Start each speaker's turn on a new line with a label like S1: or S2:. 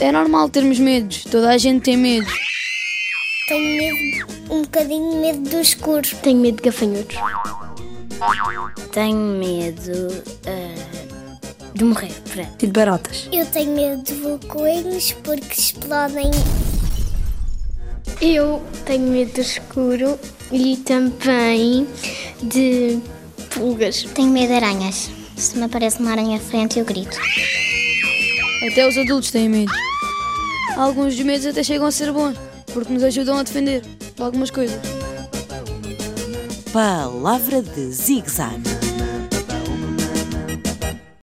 S1: É normal termos medos, toda a gente tem medo.
S2: Tenho medo, um bocadinho de medo do escuro.
S3: Tenho medo de gafanhotos.
S4: Tenho medo de morrer, pronto.
S5: E de baratas.
S2: Eu tenho medo de vulcões porque explodem.
S3: Eu tenho medo do escuro e também de pulgas.
S6: Tenho medo de aranhas. Se me aparece uma aranha à frente, eu grito.
S1: Até os adultos têm medo. Alguns dos medos até chegam a ser bons, porque nos ajudam a defender de algumas coisas.
S7: Palavra de zig-zag.